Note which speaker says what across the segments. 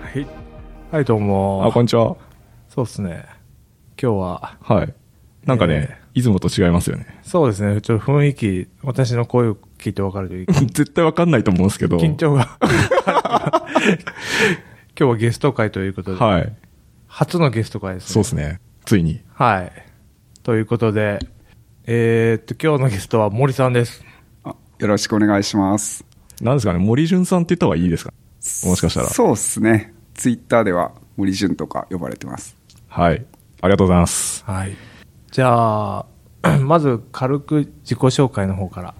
Speaker 1: はい。はい、どうも。
Speaker 2: あ、こんにちは。
Speaker 1: そうですね。今日は、
Speaker 2: はい。なんかね、いつもと違いますよね。
Speaker 1: そうですね。ちょっと雰囲気、私の声を聞いてわかる という
Speaker 2: 絶対わかんないと思うんですけど。
Speaker 1: 緊 張が。今日はゲスト会ということで、
Speaker 2: はい。
Speaker 1: 初のゲスト会ですね。
Speaker 2: そうですね。ついに。
Speaker 1: はい。ということで、えー、っと、今日のゲストは森さんです。
Speaker 3: あよろしくお願いします。
Speaker 2: なんですかね、森潤さんって言った方がいいですかもしかしたら。
Speaker 3: そうですね。ツイッターでは森潤とか呼ばれてます。
Speaker 2: はい。ありがとうございます。
Speaker 1: はい。じゃあ、 まず軽く自己紹介の方から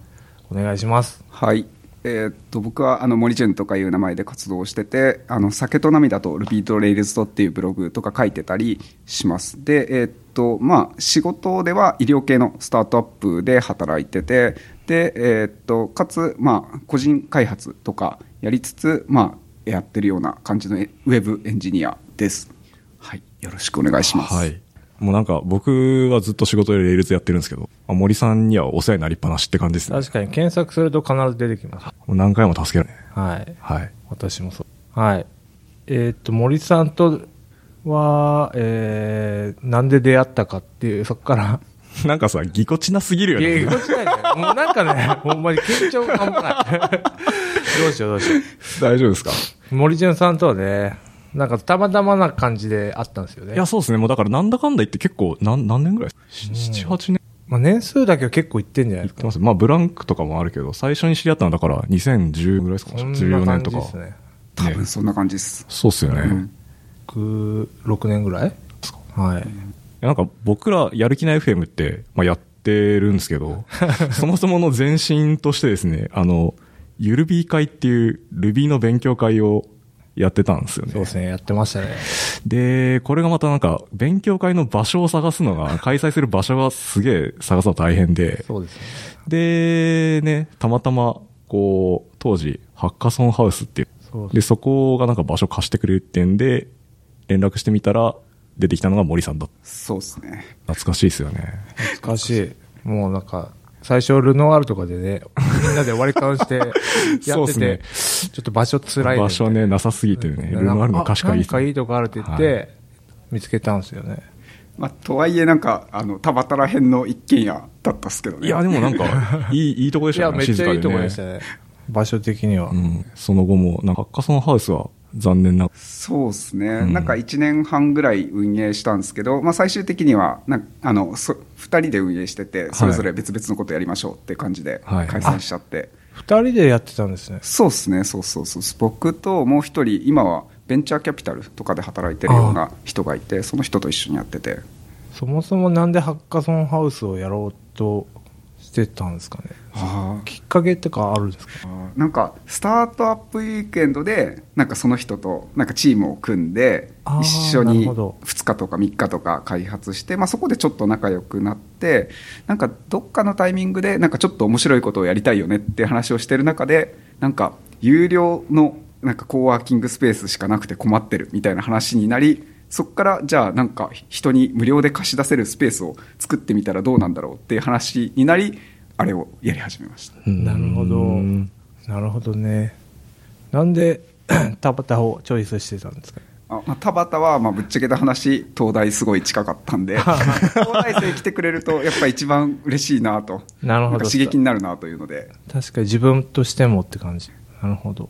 Speaker 1: お願いします。
Speaker 3: はい。えーっと、僕はあの森潤とかいう名前で活動してて、あの、酒と涙とルピートレイルズとっていうブログとか書いてたりします。で、えーっと、まあ、仕事では医療系のスタートアップで働いてて、で、えーっと、かつ、まあ、個人開発とかやりつつ、まあ、やってるような感じのえウェブエンジニアです。はい。よろしくお願いします。
Speaker 2: はい。もうなんか、僕はずっと仕事でレールズやってるんですけど、あ森さんにはお世話になりっぱなしって感じですね。
Speaker 1: 確かに検索すると必ず出てきます。
Speaker 2: もう何回も助けるね。
Speaker 1: はい。
Speaker 2: はい。
Speaker 1: 私もそう。はい。えーっと、森さんとは、えー、なんで出会ったかっていう、そこから。
Speaker 2: なんかさ、ぎこちなすぎるよ
Speaker 1: いやいや
Speaker 2: ね。
Speaker 1: こっちないねもうなんかね、 ほんまに緊張感もない。 どうしようどうしよ
Speaker 2: 大丈夫ですか
Speaker 1: う。森潤さんとはね、なんかたまたまな感じで会ったんですよね。
Speaker 2: いや、そうですね。もうだから、なんだかんだ言って結構、なん何年ぐらい七八年
Speaker 1: まあ、年数だけは結構いってんじゃないで
Speaker 2: 言っ
Speaker 1: す
Speaker 2: て
Speaker 1: か。
Speaker 2: ますまあ、ブランクとかもあるけど、最初に知り合ったのはだから2010ぐらいですか、
Speaker 1: そんな
Speaker 2: 14
Speaker 1: 感
Speaker 2: 年と
Speaker 1: じ
Speaker 2: か。
Speaker 1: ですね。
Speaker 3: 多
Speaker 2: ね
Speaker 3: 分そんな感じです。
Speaker 2: そうっすよね。
Speaker 3: うん
Speaker 1: 6、6年ぐらい
Speaker 2: そ
Speaker 1: はい。
Speaker 2: なんか僕らやる気ない FM って、まあ、やってるんですけ ど、そもそもの前身としてですね、あの、ゆるびー会っていう Ruby の勉強会をやってたんですよね。
Speaker 1: そうですね、やってましたね。
Speaker 2: で、これがまたなんか、勉強会の場所を探すのが、開催する場所がすげえ探すの大変 で、
Speaker 1: そうですね。
Speaker 2: で、ね、たまたま、こう、当時、ハッカソンハウスっていう、
Speaker 1: そう
Speaker 2: で、そこがなんか場所貸してくれるっていうんで、連絡してみたら、出てきたのが森さんだった。
Speaker 3: そうですね。
Speaker 2: 懐かしいですよね。
Speaker 1: 懐かしい。もうなんか、最初ルノワールとかでね、みんなで割り勘してや
Speaker 2: そう
Speaker 1: っ
Speaker 2: ってす
Speaker 1: て
Speaker 2: ね、
Speaker 1: ちょっと場所つらいね
Speaker 2: 場所。ね、なさすぎてね、ルノワールの貸し借り
Speaker 1: なんかいいとこあるって言って、
Speaker 2: は
Speaker 1: 見つけたんですよね。
Speaker 3: まあ、とはいえ、なんか、あの、田畑ら辺の一軒家だったっすけどね。
Speaker 2: いや、でもなん か、いい、いいとこでし
Speaker 1: い
Speaker 2: た
Speaker 1: や、
Speaker 2: ね。
Speaker 1: めっちゃいいとこでし
Speaker 2: 静
Speaker 1: た
Speaker 2: か
Speaker 1: ね。場所的には。
Speaker 2: でね。うん。その後も、なんか、ハッカソンハウスは、残念な。
Speaker 3: そうですね。
Speaker 2: ん
Speaker 3: なんか1年半ぐらい運営したんですけど、まあ、最終的には、なんかあの、そ2人で運営してて、それぞれ別々のことやりましょうって感じで、
Speaker 2: はい
Speaker 3: 解散しちゃって。
Speaker 1: 二、人でやってたんですね。
Speaker 3: そうですね、そうそうそう。僕ともう一人、今はベンチャーキャピタルとかで働いてるような人がいて、その人と一緒にやってて。
Speaker 1: そもそもなんでハッカソンハウスをやろうとしてたんですかね。きっかけってかあるんですか
Speaker 3: なんかスタートアップウィークエンドでなんかその人となんかチームを組んで
Speaker 1: あー
Speaker 3: 一緒
Speaker 1: なる
Speaker 3: に
Speaker 1: ほど
Speaker 3: 2日とか3日とか開発して、まあ、そこでちょっと仲良くなってなんかどっかのタイミングでなんかちょっと面白いことをやりたいよねって話をしてる中でなんか有料のなんかコーワーキングスペースしかなくて困ってるみたいな話になりそこからじゃあなんか人に無料で貸し出せるスペースを作ってみたらどうなんだろうっていう話になりあれをやり始めました。
Speaker 1: なるほど
Speaker 2: うん。
Speaker 1: なるほどね。なんで、 タバタをチョイスしてたんですか
Speaker 3: あまあ、田畑は、まあ、ぶっちゃけた話東大すごい近かっ たんで東大生来てくれるとやっぱ一番嬉しいなと
Speaker 1: なるほど
Speaker 3: んか刺激になるなというので
Speaker 1: 確かに自分としてもって感じ。なるほど。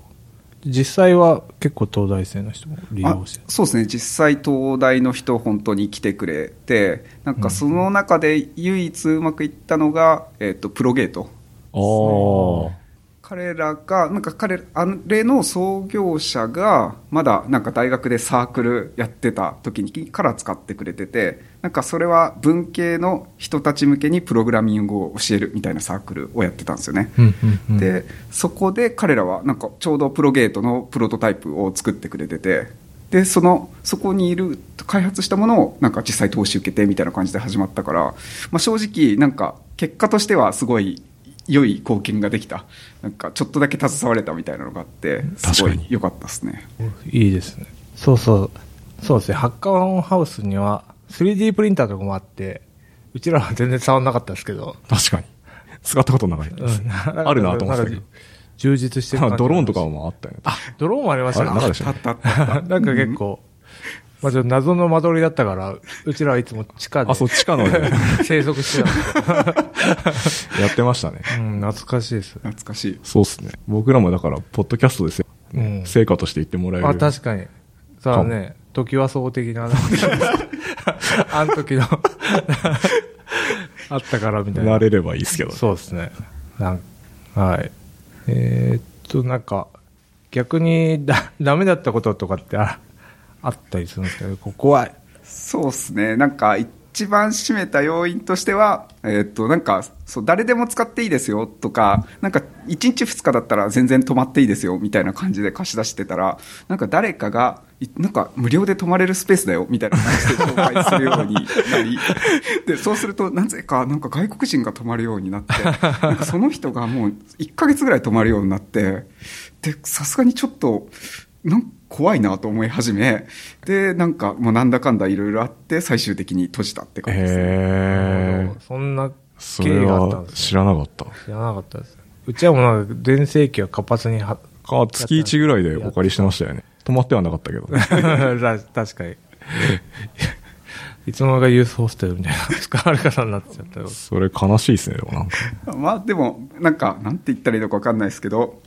Speaker 1: 実際は結構東大生の人も利用してる
Speaker 3: あそうですね実際東大の人本当に来てくれてなんかその中で唯一うまくいったのが、えっとプロゲート
Speaker 2: ああ。
Speaker 3: 彼らがなんか彼あれの創業者がまだなんか大学でサークルやってた時にから使ってくれててなんかそれは文系の人たち向けにプログラミングを教えるみたいなサークルをやってたんですよね。
Speaker 1: うんうんうん
Speaker 3: でそこで彼らはなんかちょうどプロゲートのプロトタイプを作ってくれててでそのそこにいる開発したものをなんか実際投資受けてみたいな感じで始まったから、まあ、正直なんか結果としてはすごい良い貢献ができたなんかちょっとだけ携われたみたいなのがあってす
Speaker 2: 確
Speaker 3: ご
Speaker 2: か
Speaker 3: い
Speaker 2: に
Speaker 3: 良かったですね
Speaker 1: いいですね。そうそう。そうですね。ハッカーンハウスには 3D プリンターとかもあって、うちらは全然触んなかったですけど。
Speaker 2: 確かに。使ったことなかった
Speaker 1: う
Speaker 2: です。
Speaker 1: ん
Speaker 2: あるなと思ってたけど。
Speaker 1: 充実してる感じ
Speaker 2: ドローンとかもあったよね。あ、
Speaker 1: ドローンもありましたね
Speaker 2: あれ中でし
Speaker 3: あったあったあった。
Speaker 1: なんか結構、まあちょっと謎の間取りだったから、うちらはいつも地下で
Speaker 2: あそう、地下のね、
Speaker 1: 生息してたんですよ。
Speaker 2: やってましたね。
Speaker 1: うん、懐かしいです。
Speaker 3: 懐かしい。
Speaker 2: そうっすね。僕らもだから、ポッドキャストですよ。
Speaker 1: うん
Speaker 2: 成果として言ってもらえる。
Speaker 1: あ、確かに。さあね、時は総的な、なん かあの時の、あったからみたいな。
Speaker 2: なれればいいですけど。
Speaker 1: そうですね。なんはい。えーっと、なんか、逆にだ、ダメだったこととかってああったりするんですけど、ここは、
Speaker 3: そうですね。なんか、一番占めた要因としては、えーっと、なんか、そう、誰でも使っていいですよとか、なんか、1日2日だったら全然泊まっていいですよみたいな感じで貸し出してたら、なんか誰かが、いなんか、無料で泊まれるスペースだよみたいな感じで紹介するようになり、で、そうすると、なぜか、なんか外国人が泊まるようになって、なんかその人がもう1ヶ月ぐらい泊まるようになって、で、さすがにちょっと、なんか怖いなと思い始め、で、なんか、もうなんだかんだいろいろあって、最終的に閉じたって感じですね。
Speaker 2: へー。
Speaker 1: そんな
Speaker 2: そ
Speaker 1: 経
Speaker 2: れ
Speaker 1: 緯があったん
Speaker 2: は
Speaker 1: ですね
Speaker 2: 知らなかった。
Speaker 1: 知らなかったです。うちはもうなんか全盛期は活発には、
Speaker 2: か、月1ぐらいでお借りしてましたよね。泊まってはなかったけど。
Speaker 1: ら確かに。 いつの間にかユースホステルみたいな使われ方になっちゃったよ。
Speaker 2: それ悲しいですね、でもなんか。
Speaker 3: まあでも、なんか、なんて言ったらいいのかわかんないですけど、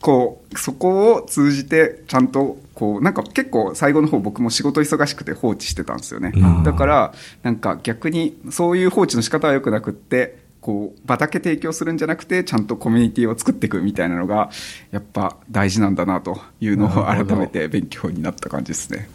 Speaker 3: こう、そこを通じて、ちゃんと、こう、なんか結構最後の方僕も仕事忙しくて放置してたんですよね
Speaker 2: うん。
Speaker 3: だから、なんか逆に、そういう放置の仕方は良くなくって、こう、場だけ提供するんじゃなくて、ちゃんとコミュニティを作っていくみたいなのが、やっぱ大事なんだなというのを
Speaker 1: なるほ
Speaker 3: 改
Speaker 1: ど
Speaker 3: めて勉強になった感じですね。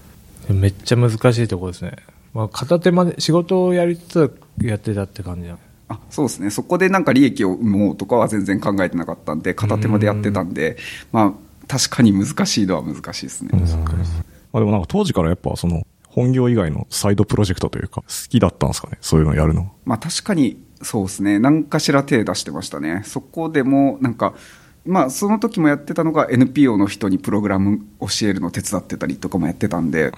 Speaker 1: めっちゃ難しいところですね。まあ、片手まで仕事をやりつつやってたって感じだ。
Speaker 3: あそうですね、そこでなんか利益を生もうとかは全然考えてなかったんで、片手までやってたんで、まあ、確かに難しいのは難しいですね。
Speaker 2: まあでもなんか当時からやっぱその、本業以外のサイドプロジェクトというか、好きだったんですかね、そういうのやるの。
Speaker 3: まあ、確かにそうですね、何かしら手出してましたね、そこでもなんか、まあ、その時もやってたのが、NPO の人にプログラム教えるの手伝ってたりとかもやってたんで、
Speaker 2: へえ。
Speaker 1: へ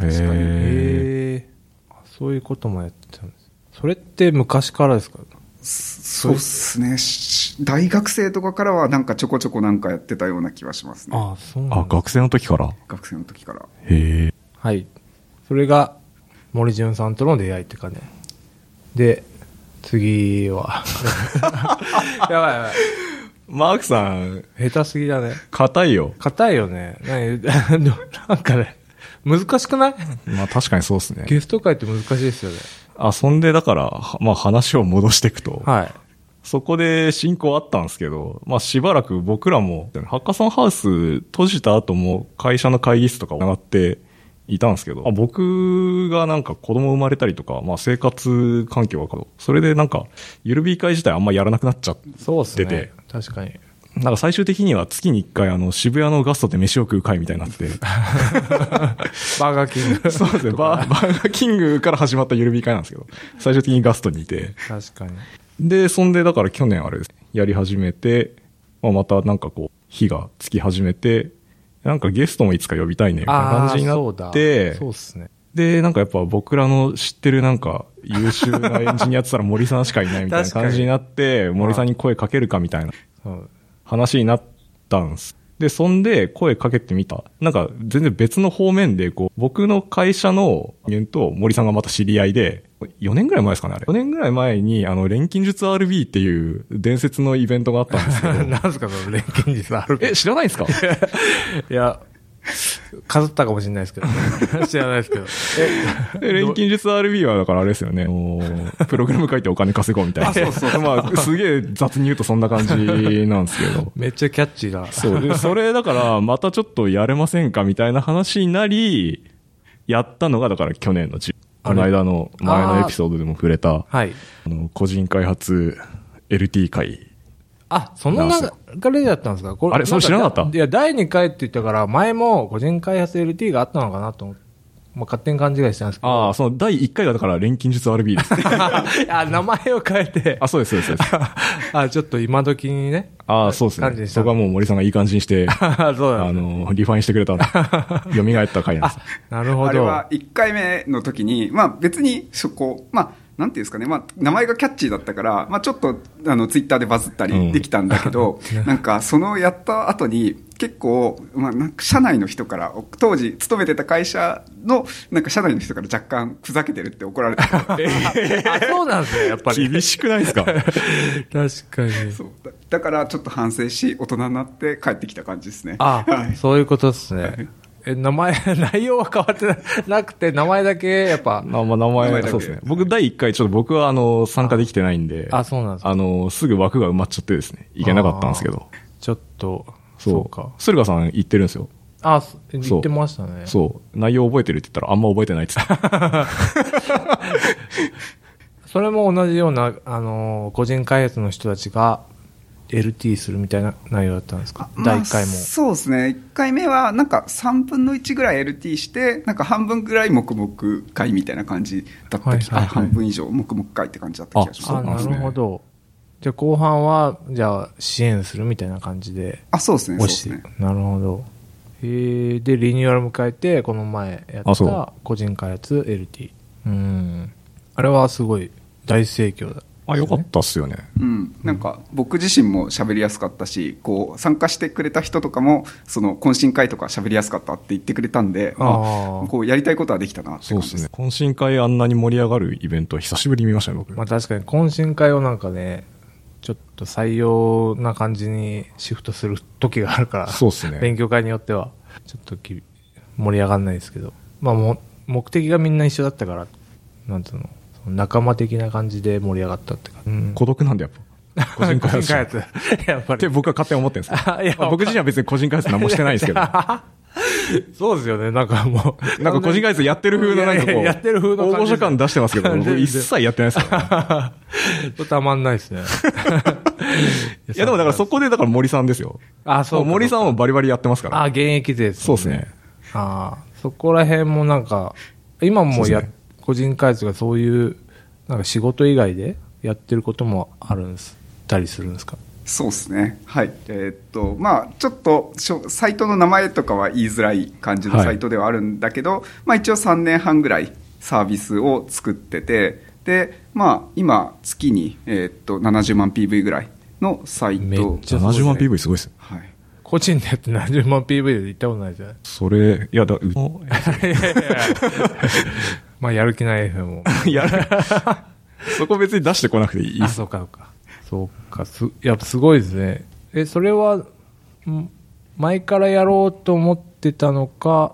Speaker 1: え。あそういうこともやってたんです。それって昔からですか
Speaker 3: そうですね、し大学生とかからは、なんかちょこちょこなんかやってたような気はしますね、
Speaker 1: ああ、そうな
Speaker 2: あ、
Speaker 1: んだ。
Speaker 2: 学生の時から。
Speaker 3: 学生の時から。
Speaker 2: へえ。
Speaker 1: はい。それが森潤さんとの出会いって感じ。で、次 は。やばいやばい。
Speaker 2: マークさん、
Speaker 1: 下手すぎだね。
Speaker 2: 硬いよ。
Speaker 1: 硬いよね。何 なんかね、難しくない
Speaker 2: まあ確かにそうですね。
Speaker 1: ゲスト会って難しいですよね。
Speaker 2: 遊んでだから、はまあ話を戻していくと、
Speaker 1: はい。
Speaker 2: そこで進行あったんですけど、まあしばらく僕らも、ハッカソンハウス閉じた後も会社の会議室とかを上がっていたんですけど、まあ僕がなんか子供生まれたりとか、まあ生活環境が変わる、それでなんか、ゆるびー会自体あんまやらなくなっちゃって、
Speaker 1: そうっすね。
Speaker 2: 出て
Speaker 1: 確かに。
Speaker 2: なんか最終的には月に一回あの渋谷のガストで飯を食う会みたいになって、
Speaker 1: バーガーキング。
Speaker 2: そうですね、バーバーガーキングから始まったゆるびー会なんですけど、最終的にガストにいて、
Speaker 1: 確かに。
Speaker 2: で、そんで、だから去年あれです。やり始めて、まあ、またなんかこう、火がつき始めて、なんかゲストもいつか呼びたいね、みたいな
Speaker 1: あ
Speaker 2: 感
Speaker 1: あ
Speaker 2: じにな
Speaker 1: そう
Speaker 2: っ
Speaker 1: だ。
Speaker 2: て、
Speaker 1: そうっすね。
Speaker 2: で、なんかやっぱ僕らの知ってるなんか優秀なエンジニアって言ったら森さんしかいないみたいな
Speaker 1: 確かに
Speaker 2: 感じになって、森さんに声かけるかみたいな
Speaker 1: そう
Speaker 2: 話になったんです。で、そんで声かけてみた。なんか全然別の方面で、こう、僕の会社の人間と森さんがまた知り合いで、4年ぐらい前ですかね、あれ。4年ぐらい前に、あの、錬金術 RB っていう伝説のイベントがあったんですけ ど。
Speaker 1: なんすか、その錬金術ある
Speaker 2: え、知らないんですか
Speaker 1: いや、飾ったかもしれないですけ ど。知らないですけど。
Speaker 2: で錬金術 RB はだからあれですよね。あのプログラム書いてお金稼ごうみたいな。
Speaker 3: そうそうそう
Speaker 2: まあ、すげえ雑に言うとそんな感じなんですけど。
Speaker 1: めっちゃキャッチーだ。
Speaker 2: そう。で、それだから、またちょっとやれませんかみたいな話になり、やったのが、だから去年の10、
Speaker 1: あ
Speaker 2: こ
Speaker 1: れ
Speaker 2: の間の前のエピソードでも触れた、あ
Speaker 1: はい。
Speaker 2: の、個人開発 LT 会。
Speaker 1: あ、その流れだったんですかこ
Speaker 2: あれそれ知らなかった
Speaker 1: いや、第2回って言ったから、前も個人開発 LT があったのかなと思って、まあ、勝手に勘違いしてたんですけど。
Speaker 2: ああ、その第1回がだから錬金術 RB です。
Speaker 1: あ、名前を変えて。
Speaker 2: あ、そうです、そうです。そうです
Speaker 1: あ、ちょっと今時にね。
Speaker 2: ああ、そうです
Speaker 1: 感じで
Speaker 2: ね。
Speaker 1: した
Speaker 2: そこはもう森さんがいい感じにして、
Speaker 1: あ そうな
Speaker 2: あ
Speaker 1: んです
Speaker 2: の、リファインしてくれた ら、蘇った回なんです。
Speaker 1: なるほど。
Speaker 3: あれは1回目の時に、まあ別にそこ、まあなんていうんですかね、まあ、名前がキャッチーだったから、まあ、ちょっと、あの、ツイッターでバズった
Speaker 2: うん
Speaker 3: りできたんだけ ど、なんか、そのやった後に、結構、まあ、なんか社内の人から、当時勤めてた会社の、なんか社内の人から若干ふざけてるって怒られ たことがあって。
Speaker 1: あそうなんですねやっぱり
Speaker 2: 厳しくないですか
Speaker 1: 確かに
Speaker 3: そうだだからちょっと反省し大人になって帰ってきた感じですね
Speaker 1: あ、
Speaker 3: はい
Speaker 1: そういうことですね。え、名前、 内容は変わってななくて、名前だけ、やっぱ、
Speaker 2: まあまあ名前
Speaker 3: 名前だけ
Speaker 2: そうですね。僕第1回ちょっと僕はあの参加できてないんで、
Speaker 1: あそうなんですか
Speaker 2: あの、すぐ枠が埋まっちゃってですね、行けなかったんですけど。
Speaker 1: ちょっと、
Speaker 2: そう。
Speaker 1: そうか。
Speaker 2: 駿河さん行ってるんですよ。
Speaker 1: あ、す言ってましたね。
Speaker 2: そう。内容覚えてるって言ったらあんま覚えてないって言ってた
Speaker 1: それも同じような、あのー個人開発の人たちが、LT するみたいな内容だったんですか、第1回も
Speaker 3: まあ。そうですね1回目はなんか3分の1ぐらい LT してなんか半分ぐらい黙々会みたいな感じだった気、
Speaker 1: はいはいはい
Speaker 3: あ半分以上黙々会って感じだった気がします
Speaker 2: あ
Speaker 1: あ、
Speaker 2: そうなんで
Speaker 1: な
Speaker 2: す
Speaker 1: る
Speaker 2: ね
Speaker 1: ほど。じゃあ、後半は、じゃあ、支援するみたいな感じで、
Speaker 3: あそうですねそう
Speaker 1: 押
Speaker 3: で
Speaker 1: し
Speaker 3: す
Speaker 1: て、
Speaker 3: ね
Speaker 1: なるほど。えー、で、リニューアル迎えて、この前や
Speaker 2: あ
Speaker 1: っ
Speaker 2: そう
Speaker 1: た個人開発 LT。うん。あれはすごい大盛況だ。
Speaker 2: あ、よかったっすよね。
Speaker 3: うん、なんか僕自身も喋りやすかったしこう参加してくれた人とかもその懇親会とか喋りやすかったって言ってくれたんで
Speaker 1: あー
Speaker 3: あこうやりたいことはできたなって
Speaker 2: そう
Speaker 3: 感
Speaker 2: で
Speaker 3: じ
Speaker 2: す
Speaker 3: です
Speaker 2: ね。懇親会あんなに盛り上がるイベントは久しぶりに見ましたね、僕。
Speaker 1: まあ確かに懇親会をなんかね、ちょっと採用な感じにシフトする時があるから、
Speaker 2: そうっすね
Speaker 1: 勉強会によっては、ちょっとき盛り上がんないですけど、まあも目的がみんな一緒だったから、なんつうの、その仲間的な感じで盛り上がったって感じ。
Speaker 2: 孤独なんでやっぱ。個人開
Speaker 1: 個
Speaker 2: 発
Speaker 1: 人
Speaker 2: 者。
Speaker 1: 開
Speaker 2: っ
Speaker 1: 発。 やっぱり
Speaker 2: て。僕は勝手に思ってるんです けど
Speaker 1: あいや
Speaker 2: まあ僕自身は別に個人開発何もしてないんですけど。なんか
Speaker 1: そうですよね、なんかもう。
Speaker 2: 個人開発やってる風のなんかこ、
Speaker 1: いうやいややってる風の
Speaker 2: 応募者感出してますけど、僕一切やってないですからね、
Speaker 1: とたまんない ですね。
Speaker 2: いやでもだからそこでだから森さんですよ。
Speaker 1: あ、そうか。
Speaker 2: 森さんもバリバリやってますから。
Speaker 1: あ、現役勢です
Speaker 2: そ
Speaker 1: も
Speaker 2: うんですね。。
Speaker 1: ああ、そこら辺もなんか、今も
Speaker 2: そう
Speaker 1: や、
Speaker 2: ですね
Speaker 1: 個人開発がそういう、なんか仕事以外でやってることもあるんです、たりするんですか
Speaker 3: そうですね。はい。えーっと、まあ、ちょっとしょ、サイトの名前とかは言いづらい感じの
Speaker 2: はい
Speaker 3: サイトではあるんだけど、まあ、一応3年半ぐらいサービスを作ってて、で、まあ、今、月に、えーっと、70万 PV ぐらいのサイト。
Speaker 1: めっち
Speaker 2: じ
Speaker 1: ゃ
Speaker 2: ゃあ
Speaker 1: そうで
Speaker 2: 70
Speaker 1: すね
Speaker 2: 万 PV すごいですね。
Speaker 3: はい。
Speaker 1: 個人でやって70万 PV で行ったことないじゃない
Speaker 2: それ、いや、だ、う
Speaker 1: いやいやいや まあ、やる気ない FM も。
Speaker 2: やる。 そこ別に出してこなくていい
Speaker 1: あ、
Speaker 2: です。
Speaker 1: そうか、そうか。そうか、す、やっぱすごいですね。え、それは、ん前からやろうと思ってたのか、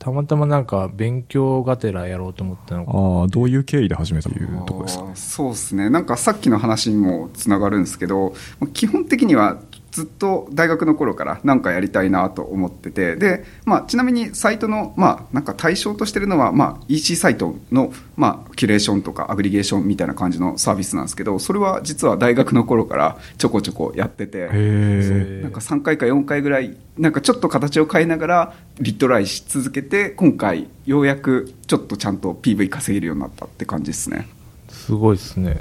Speaker 1: たまたまなんか勉強がてらやろうと思ったのか。
Speaker 2: ああ、どういう経緯で始めたというとこですか。
Speaker 3: あーそうですねなんかさっきの話にもつながるんですけど基本的にはずっと大学の頃から何かやりたいなと思っててで、まあ、ちなみにサイトの、まあ、なんか対象としてるのは、まあ、EC サイトの、まあ、キュレーションとかアグリゲーションみたいな感じのサービスなんですけどそれは実は大学の頃からちょこちょこやってて。
Speaker 2: へえ。
Speaker 3: なんか3回か4回ぐらいなんかちょっと形を変えながらリトライし続けて今回ようやくちょっとちゃんと PV 稼げるようになったって感じですね
Speaker 1: すごいですね。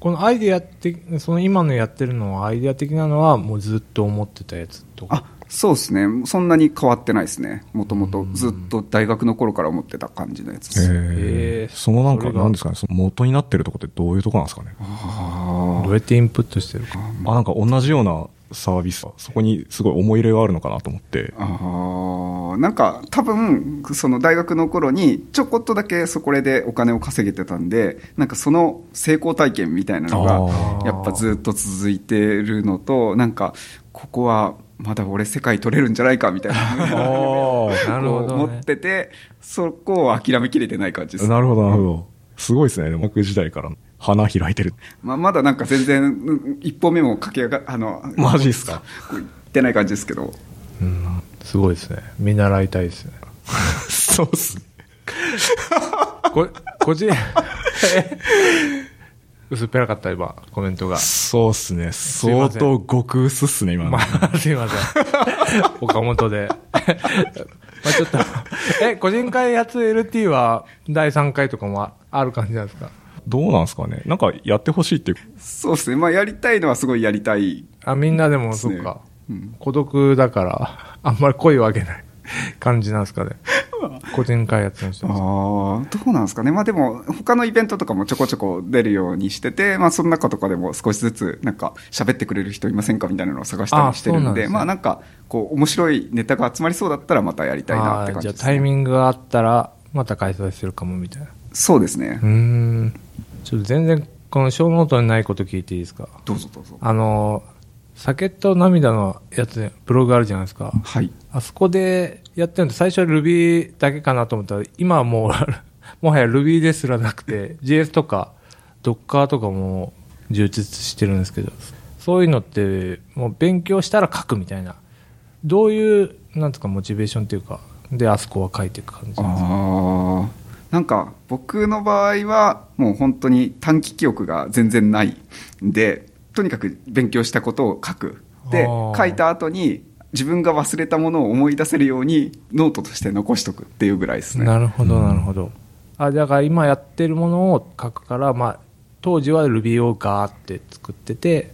Speaker 1: このアイデアって、その今のやってるのはアイデア的なのはもうずっと思ってたやつとか。
Speaker 3: あそうですねそんなに変わってないですねもともとずっと大学の頃から思ってた感じのやつです、
Speaker 1: へ
Speaker 2: へ
Speaker 1: え
Speaker 2: え。そのなん
Speaker 1: そ
Speaker 2: か、
Speaker 1: れが
Speaker 2: なんですかね、その元になってるとこってどういうとこなんですかね。
Speaker 3: あ
Speaker 1: どうやってインプットしてるか。
Speaker 2: あ、なんか同じようなサービス、そこにすごい思い入れがあるのかなと思って。
Speaker 3: あーなんか多分その大学の頃にちょこっとだけそこでお金を稼げてたんでなんかその成功体験みたいなの
Speaker 2: あ
Speaker 3: が
Speaker 2: ー
Speaker 3: やっぱずっと続いてるのとなんかここはまだ俺世界取れるんじゃないかみたいな
Speaker 1: なるほ
Speaker 3: こ
Speaker 1: ど、
Speaker 3: う持
Speaker 1: ね
Speaker 3: っ。ててそこを諦めきれてない感じです
Speaker 2: なるほど、なるほど。すごいですね。僕時代から花開いてる。
Speaker 3: まあ、まだなんか全然うん一歩目も駆け上があの
Speaker 2: マジっすか
Speaker 3: こう行ってない感じですけど
Speaker 1: うんすごいですね。見習いたいですね。
Speaker 2: そうっすね。
Speaker 1: こ、個人、 薄っぺらかった今、コメントが。
Speaker 2: そうっすね。
Speaker 1: いま
Speaker 2: 相
Speaker 1: せん
Speaker 2: 当極薄っすね、今の。
Speaker 1: まあ、すいません。 岡本で。まあちょっと、え、個人開発 LT は第3回とかもあある感じなんですか
Speaker 2: どうなんすかね。なんかやってほしいっていう。
Speaker 3: そうですね、まあ、やりたいのはすごいやりたい
Speaker 1: あ、みんなでも、そっか、孤独だから、あんまり声を上げない感じなんですかね。個人開発の人です
Speaker 3: ああ、どうなんですかね。まあでも、他のイベントとかもちょこちょこ出るようにしてて、まあその中とかでも少しずつ、なんか、喋ってくれる人いませんかみたいなのを探したりしてる
Speaker 1: あーそうな
Speaker 3: の
Speaker 1: ん
Speaker 3: で、
Speaker 1: ですね
Speaker 3: まあなんか、こう、面白いネタが集まりそうだったらまたやりたいなって
Speaker 1: あー
Speaker 3: 感
Speaker 1: じ
Speaker 3: じ
Speaker 1: ゃあ
Speaker 3: です、
Speaker 1: タ
Speaker 3: ね。
Speaker 1: イミングがあったら、また開催するかもみたいな。
Speaker 3: そうですね
Speaker 1: うー。ん。ちょっと全然、この小ノートにないこと聞いていいですか
Speaker 3: どうぞどうぞ。
Speaker 1: あの、酒と涙のやつね、ブログあるじゃないですか。
Speaker 3: はい。
Speaker 1: あそこでやってるの最初は Ruby だけかなと思ったら、今はもう、 もはや Ruby ですらなくて、JS とか Docker とかも充実してるんですけど、そういうのって、もう勉強したら書くみたいな。どういう、なんとかモチベーションっていうか、で、あそこは書いていく感じ。
Speaker 3: ああ。なんか、僕の場合は、もう本当に短期記憶が全然ないんで、とにかく勉強したことを書く。で
Speaker 1: あ、ー
Speaker 3: 書いた後に、自分が忘れたものを思い出せるようにノートとして残しとくっていうぐらいですね。
Speaker 1: なるほど、なるほど。あ、だから今やってるものを書くから、まあ、当時は Ruby をガーって作ってて、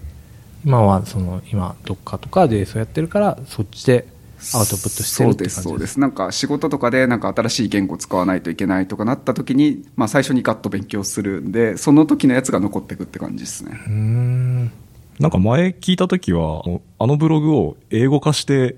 Speaker 1: 今はその、今、どっかとかでそうやってるから、そっちでアウトプットしてるって感じ
Speaker 3: そうですそうですなんか仕事とかでなんか新しい言語使わないといけないとかなった時に、まあ、最初にガッと勉強するんでその時のやつが残ってくって感じですね
Speaker 1: うーん。
Speaker 2: なんか前聞いた時は、あのブログを英語化して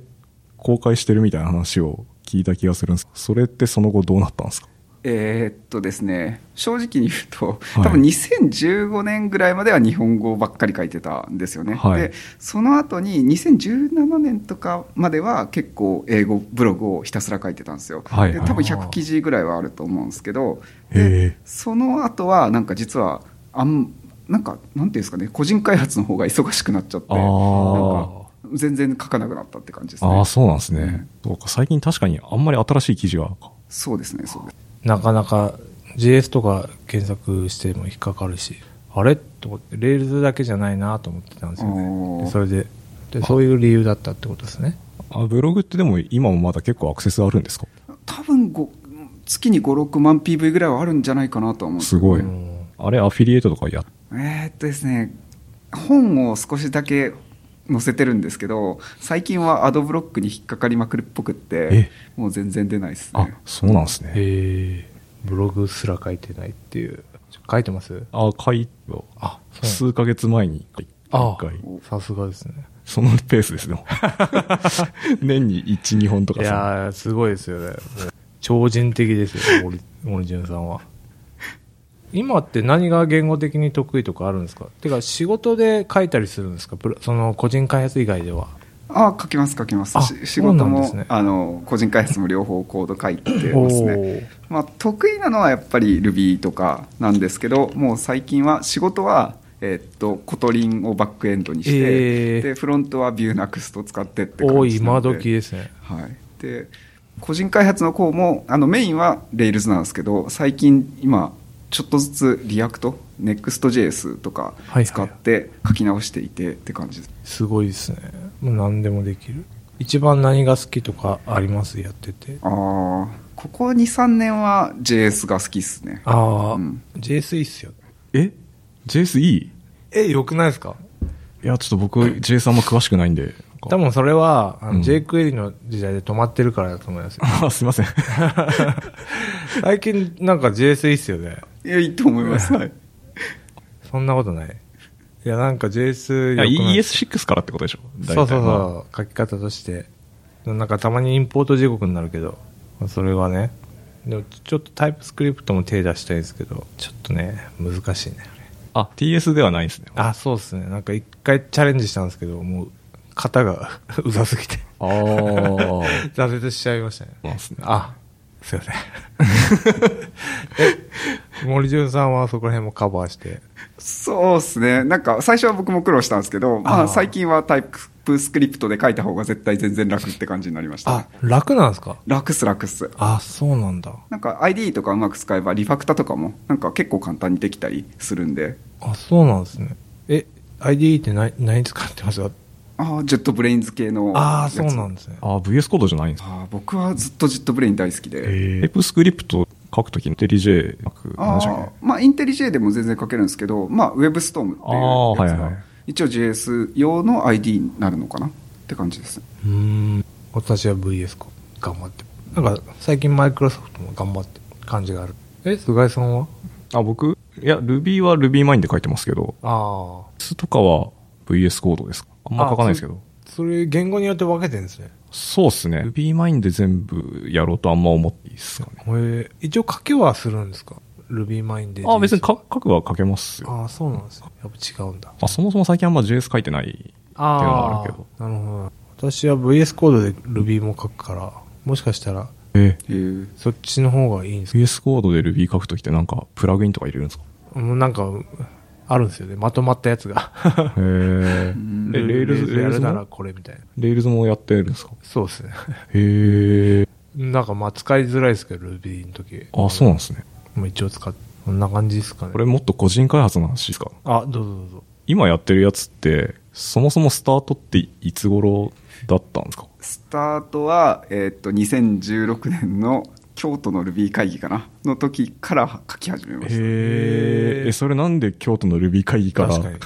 Speaker 2: 公開してるみたいな話を聞いた気がするんですそれってその後どうなったんですか
Speaker 3: えーっとですね正直に言うと
Speaker 2: はい
Speaker 3: 多分2015年ぐらいまでは日本語ばっかり書いてたんですよね、
Speaker 2: はい
Speaker 3: でその後に2017年とかまでは結構英語ブログをひたすら書いてたんですよ、
Speaker 2: はい
Speaker 3: で多分100記事ぐらいはあると思うんですけど
Speaker 2: へ
Speaker 3: その後はなんか実はあんなんかなんていうんですかね個人開発の方が忙しくなっちゃって
Speaker 2: あ
Speaker 3: なん
Speaker 2: ー
Speaker 3: か全然書かなくなったって感じです
Speaker 2: あ
Speaker 3: ね
Speaker 2: あ、そうなんですね。そうか、最近確かにあんまり新しい記事は。
Speaker 3: そうですねそうです
Speaker 1: なかなか JS とか検索しても引っかかるし、あれと思って、レールズだけじゃないなと思ってたんですよ
Speaker 3: お
Speaker 1: ね。
Speaker 3: ー
Speaker 1: でそれでで、そういう理由だったってことですね。
Speaker 2: あブログってでも今もまだ結構アクセスあるんですか
Speaker 3: 多分ご月に56万 PV ぐらいはあるんじゃないかなとは思うんです
Speaker 2: すごい
Speaker 1: ん。
Speaker 2: あれ、アフィリエイトとかやっ、
Speaker 3: えーっとですね本を少しだけ載せてるんですけど最近はアドブロックに引っかかりまくるっぽくって
Speaker 2: え
Speaker 3: もう全然出ないです
Speaker 2: あ
Speaker 3: ね、
Speaker 2: そうなんですね。
Speaker 1: へえブログすら書いてないっていうちょ書いてます
Speaker 2: あ、書いあ、数ヶ月前に一
Speaker 1: あ
Speaker 2: 回。
Speaker 1: さすがですね
Speaker 2: そのペースですね。 年に1、2本と
Speaker 1: い
Speaker 2: かさ。
Speaker 1: やーすごいですよねもう超人的ですよ森森潤さんは今って何が言語的に得意とかあるんですかてか仕事で書いたりするんですかプロその個人開発以外では
Speaker 3: あ書きます書きます
Speaker 1: あ
Speaker 3: し仕
Speaker 1: そうな
Speaker 3: 事
Speaker 1: んで
Speaker 3: も、
Speaker 1: すね
Speaker 3: あの個人開発も両方コード書いてますね
Speaker 1: ー
Speaker 3: まあ、得意なのはやっぱり Ruby とかなんですけどもう最近は仕事は、えーっとコトリンをバックエンドにして、
Speaker 1: えー
Speaker 3: でフロントは ViewNext 使ってって感じなの
Speaker 1: 多
Speaker 3: で
Speaker 1: い今時ですね
Speaker 3: はい、で個人開発の方もあのメインは Rails なんですけど最近今ちょっとずつ React、Next.js と
Speaker 1: は
Speaker 3: か
Speaker 1: いはい
Speaker 3: 使って書き直していてって感じです、
Speaker 1: すごいですねもう何でもできる一番何が好きとかありますやってて
Speaker 3: ああここ23年は JS が好きですね
Speaker 1: ああ、
Speaker 3: うん
Speaker 1: JS いいっすよ
Speaker 2: え ?JSE? い
Speaker 1: えよくないですか
Speaker 2: や、ちょっと僕、JS あんま詳しくないんで。
Speaker 1: 多分それは、あ
Speaker 2: う
Speaker 1: の
Speaker 2: ん
Speaker 1: J クエリの時代で止まってるからだと思いますよ。
Speaker 2: あ、すいません。
Speaker 1: 最近なんか JS いいっすよね。
Speaker 3: いやいいと思 います、はい
Speaker 1: そんなことない。いや、なんか JS
Speaker 2: いや
Speaker 1: よくない
Speaker 2: ES6 からってことでしょ
Speaker 1: そうそ
Speaker 2: 大
Speaker 1: う
Speaker 2: 体まあ
Speaker 1: そう、書き方として。なんかたまにインポート地獄になるけど、まあそれはね。でもちょっとタイプスクリプトも手出したいんですけど、ちょっとね、難しいね。あれ
Speaker 2: あ、TS ではないんですね。
Speaker 1: あ、そうですね。なんか一回チャレンジしたんですけど、もう、型が うざすぎて、
Speaker 2: ああ。
Speaker 1: 挫折しちゃいましたね。
Speaker 2: なんすね。
Speaker 1: あ、すいません。 え、森潤さんはそこら辺もカバーして。
Speaker 3: そうですね。なんか、最初は僕も苦労したんですけど、ま
Speaker 1: あー
Speaker 3: あ、最近はタイプスクリプトで書いた方が絶対全然楽って感じになりました。、
Speaker 1: 楽なんですか
Speaker 3: 楽っす、楽っす。
Speaker 1: あ、そうなんだ。
Speaker 3: なんか、ID とかうまく使えば、リファクタとかも、なんか結構簡単にできたりするんで、
Speaker 1: あ、そうなんですね。え、IDE って何、何使ってますか
Speaker 3: ああ、ジェットブレインズ系の
Speaker 1: ああ、そうなん
Speaker 3: だ。
Speaker 1: ですね。
Speaker 2: あ、VS コードじゃないんですか
Speaker 3: あー僕はずっとジェットブレイン大好きで。
Speaker 2: テープスクリプト書くときに IntelliJ 書く。
Speaker 3: あ
Speaker 2: 何でしたっ
Speaker 3: あ、まあ、インテリ J でも全然書けるんですけど、まあ、WebStorm っていうやつが、
Speaker 2: あーはいはい
Speaker 3: 一応 JS 用の ID になるのかなって感じです。
Speaker 1: うーん。私は VS コ頑張って。なんか最近マイクロソフトも頑張ってる感じがある。え、菅井さんは
Speaker 2: あ、僕、いや、Ruby は RubyMine で書いてますけど、
Speaker 1: ああ。
Speaker 2: S とかは VS コードですかあんま書かないですけど。
Speaker 1: それ言語によって分けてるんですね。
Speaker 2: そうっすね。RubyMine で全部やろうとあんま思っていいっすかね。
Speaker 1: へえ一応書けはするんですか ?RubyMine で。
Speaker 2: あ、別にか書くは書けますよ。
Speaker 1: ああ、そうなんですね。やっぱ違うんだ。
Speaker 2: まあ、そもそも最近あんま JS 書いてない。っていうのもあるけど
Speaker 1: あーなるほど。私は VS コードで Ruby も書くから、もしかしたら
Speaker 2: え
Speaker 3: えー
Speaker 1: そっちの方がいいんですか
Speaker 2: VS コードで Ruby 書くときってなんかプラグインとか入れるんですか
Speaker 1: もうなんか、あるんですよね。まとまったやつが。
Speaker 2: へえ。え、 レールズ、レール
Speaker 1: やる
Speaker 2: ズ
Speaker 1: なら
Speaker 2: も
Speaker 1: これみたいな。
Speaker 2: レールズもやってるんですか
Speaker 1: そうですね。
Speaker 2: へえ。
Speaker 1: なんかまあ使いづらいですけど、Ruby の時。
Speaker 2: あ、そうなんですね。
Speaker 1: もう一応使って。こんな感じですかね。
Speaker 2: これもっと個人開発の話ですか
Speaker 1: あ、どうぞどうぞ。
Speaker 2: 今やってるやつって、そもそもスタートっていつ頃だったんですか
Speaker 3: スタートは、えーっと2016年の京都の Ruby 会議かなの時から書き始めました
Speaker 1: へ
Speaker 2: へ
Speaker 1: ー
Speaker 2: え、それなんで京都の Ruby 会議から、
Speaker 1: 確かに。